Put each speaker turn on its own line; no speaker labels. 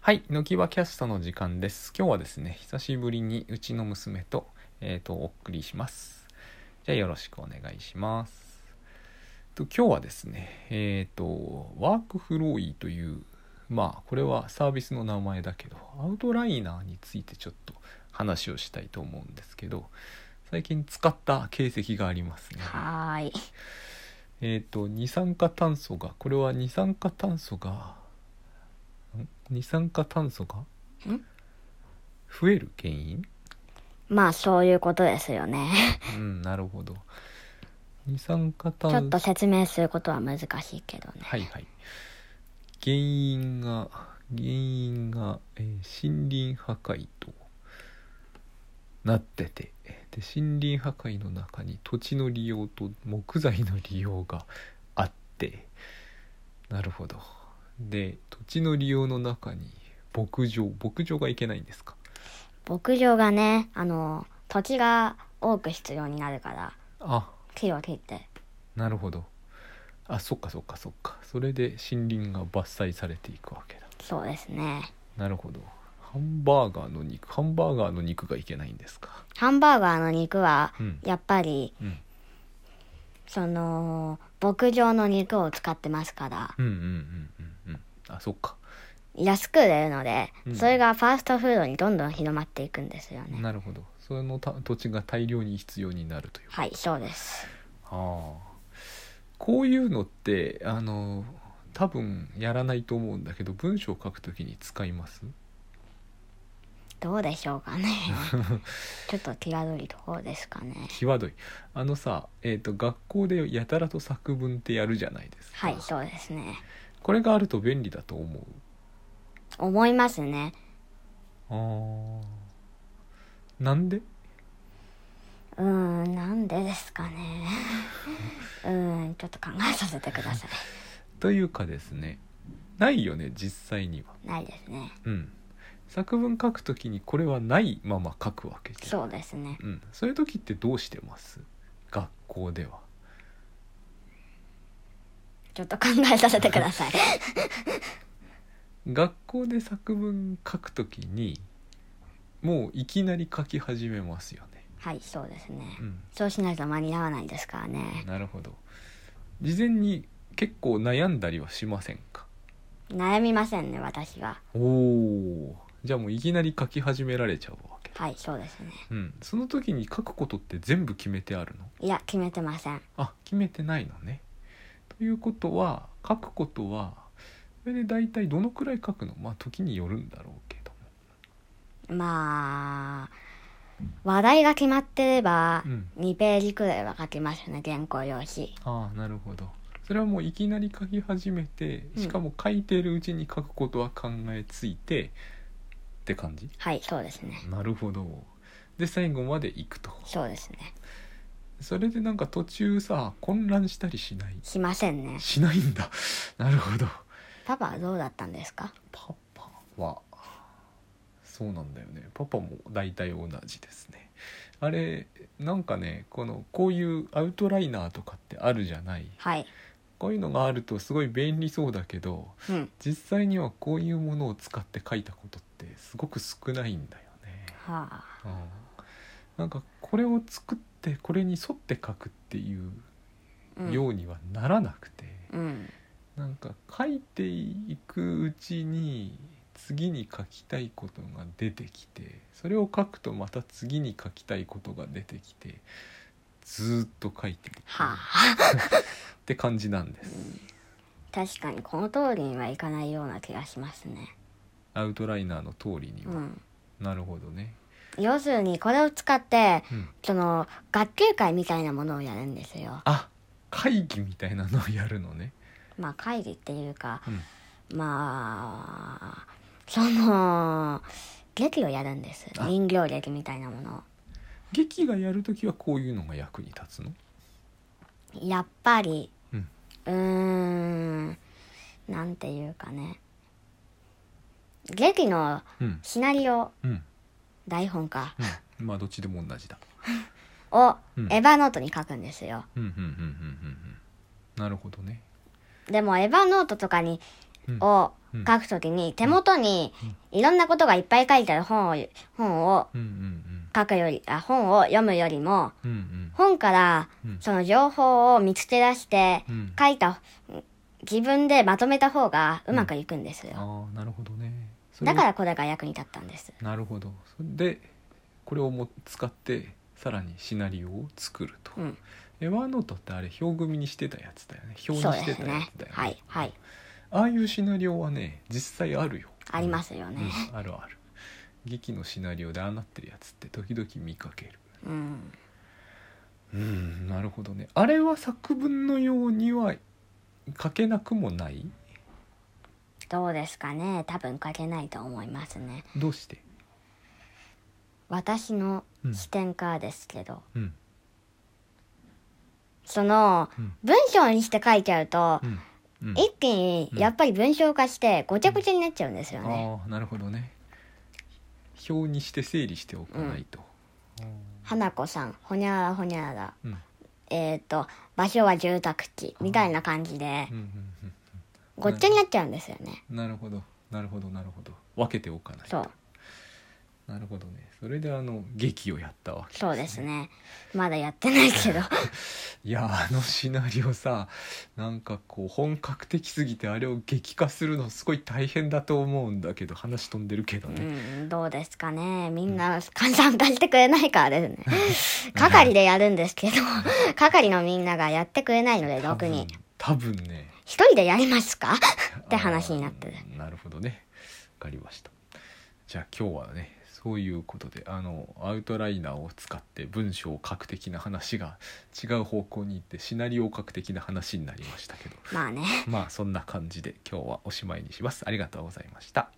はい、のきわキャストの時間です。今日はですね、久しぶりにうちの娘と、えっ、と、お送りします。じゃあよろしくお願いします。と今日はですね、えっ、と、ワークフローイーという、まあ、これはサービスの名前だけど、アウトライナーについてちょっと話をしたいと思うんですけど、最近使った形跡がありますね。
はーい。
えっ、と二酸化炭素がこれは二酸化炭素がん二酸化炭素が
ん
増える原因
まあそういうことですよね。
うんなるほど二酸化
ち
炭素
ょっと説明することは難しいけどね。
はいはい原因が原因が、えー森林破壊となっててで森林破壊の中に土地の利用と木材の利用があってなるほどで土地の利用の中に牧場牧場がいけないんですか
牧場がね、あの、土地が多く必要になるから、
あ
木を切って。
なるほどあそっかそっかそっかそれで森林が伐採されていくわけだ
そうですね。
なるほどハンバーガーの肉ハンバーガーの肉がいけないんですか
ハンバーガーの肉は
うん、
やっぱり、
うん、
その、牧場の肉を使ってますから、
うんうんうんうんうんあそっか
安く売れるので
う、ん
それがファーストフードにどんどん広まっていくんですよね。
なるほどそのた土地が大量に必要になるという
はい、そうです。
ああこういうのってあの多分やらないと思うんだけど文章を書くときに使います
どうでしょう かね。ちょっと気がどいところですかね。
際どいあのさ、えー、と学校でやたらと作文ってやるじゃないですか、
はい、そうですね。
これがあると便利だと思う
思いますね。
ああなんで
うーん、なんでですかね。 うーん、ちょっと考えさせてくださ
というかですねないよね実際には。
い。ないですね。
うん、作文書くときにこれはないまま書くわけじゃん
そうですね。
う、ん、そういう時ってどうしてます学校では
ちょっと考えさせてください。
学校で作文書くときにもういきなり書き始めますよね、
はい、そうですね
う。ん、
そうしないと間に合わないですからね。
なるほど事前に結構悩んだりはしませんか
悩みませんね、私は。
おおじゃあもういきなり書き始められちゃうわけ、
はい、そうですね。
うん、その時に書くことって全部決めてあるの
いや、決めてません。
あ決めてないのね。ということは書くことはそれで大体どのくらい書くのまあ時によるんだろうけども。
まあ、話題が決まってれば
う、ん、
2ページくらいは書きますね、原稿用紙。
ああなるほど。それはもういきなり書き始めてしかも書いてるうちに書くことは考えついて、って感じ
はい、そうですね。
なるほど。で最後まで行くと。
そうですね。
それでなんか途中さ混乱したりしない
しませんね。
しないんだ。 なるほど。
パパはどうだったんですか
パパはそうなんだよねパパも大体同じですねあれなんかねこのこういうアウトライナーとかってあるじゃない
はい。
こういうのがあるとすごい便利そうだけど
うん。
実際にはこういうものを使って書いたことってすごく少ないんだよね、
はあ。
うん、なんかこれを作ってこれに沿って書くっていう
うん
ようにはならなくて、
うん。
なんか書いていくうちに次に書きたいことが出てきてそれを書くとまた次に書きたいことが出てきてずーっと書いてる
は
っ
あ。
て感じなんです
確かにこの通りにはいかないような気がしますね。
アウトライナーの通りに
う
は、
ん。
なるほどね、
要するにこれを使って、
うん、
その、学級会みたいなものをやるんですよ。
あ会議みたいなのをやるのね
まあ会議っていうか、
うん
まあ、その、劇をやるんです。
あ
人形劇みたいなものを。
劇がやるときはこういうのが役に立つの
やっぱり、
うん
うーん、なんていうかね。劇の
うん
シナリオ、
うん
台本か、
うんまあどっちでも同じだ
を
うん
エヴァノートに書くんですよ。
うんうんうんうんうんうんなるほどね
でもエヴァノートとかに
うん
を
うん
書くときに手元にいろんなことがいっぱい書いてある本を本を
うんうん
書くよりあ本を読むよりも
うんうん
本から
うん
その情報を見つけ出して
うんうん
書いた自分でまとめた方がうまくいくんですよ。
ああなるほどねそれ
だ
を
からこれが役に立ったんです。
なるほどそでこれをも使ってさらにシナリオを作ると、
うん、
えワーノートってあれ表組にしてたやつだよね表に
そうで
して
す
たや
ね
つだよね。
はいはい
ああいうシナリオはね実際あるよ
ありますよね。
うん、あるある劇のシナリオでああなってるやつって時々見かける
うん、
うんなるほどねあれは作文のようには書けなくもない
どうですかね。多分書けないと思いますね。
どうして
私の
うん
視点からですけど、
うん
その
うん
文章にして書いちゃうと
う、んうん
一気にやっぱり文章化してごちゃごちゃになっちゃうんですよね。
ああなるほどね表にして整理しておかないと、
花子さん、ほにゃららほにゃらら、
うんうん
えっ、と、場所は住宅地みたいな感じで
う、んうん
ごっちゃになっちゃうんですよね。
うんなるほどなるほどなるほど分けておかない
そ
と
う、
なるほどねそれであの劇をやったわけ
そうですね。まだやってないけど。
いやあのシナリオさなんかこう本格的すぎてあれを劇化するのすごい大変だと思うんだけど話飛んでるけど
う
ね、
ん、どうですかね。みんな、参加してくれないからですね。係でやるんですけど、係のみんながやってくれないので、
多
特
分
に。
多分ね
一人でやりますかって話になってる。
あーなるほどねわかりましたじゃあ今日はねそういうことであのアウトライナーを使って文章を書く的な話が違う方向に行ってシナリオを書く的な話になりましたけど
まあね。
まあそんな感じで今日はおしまいにしますありがとうございました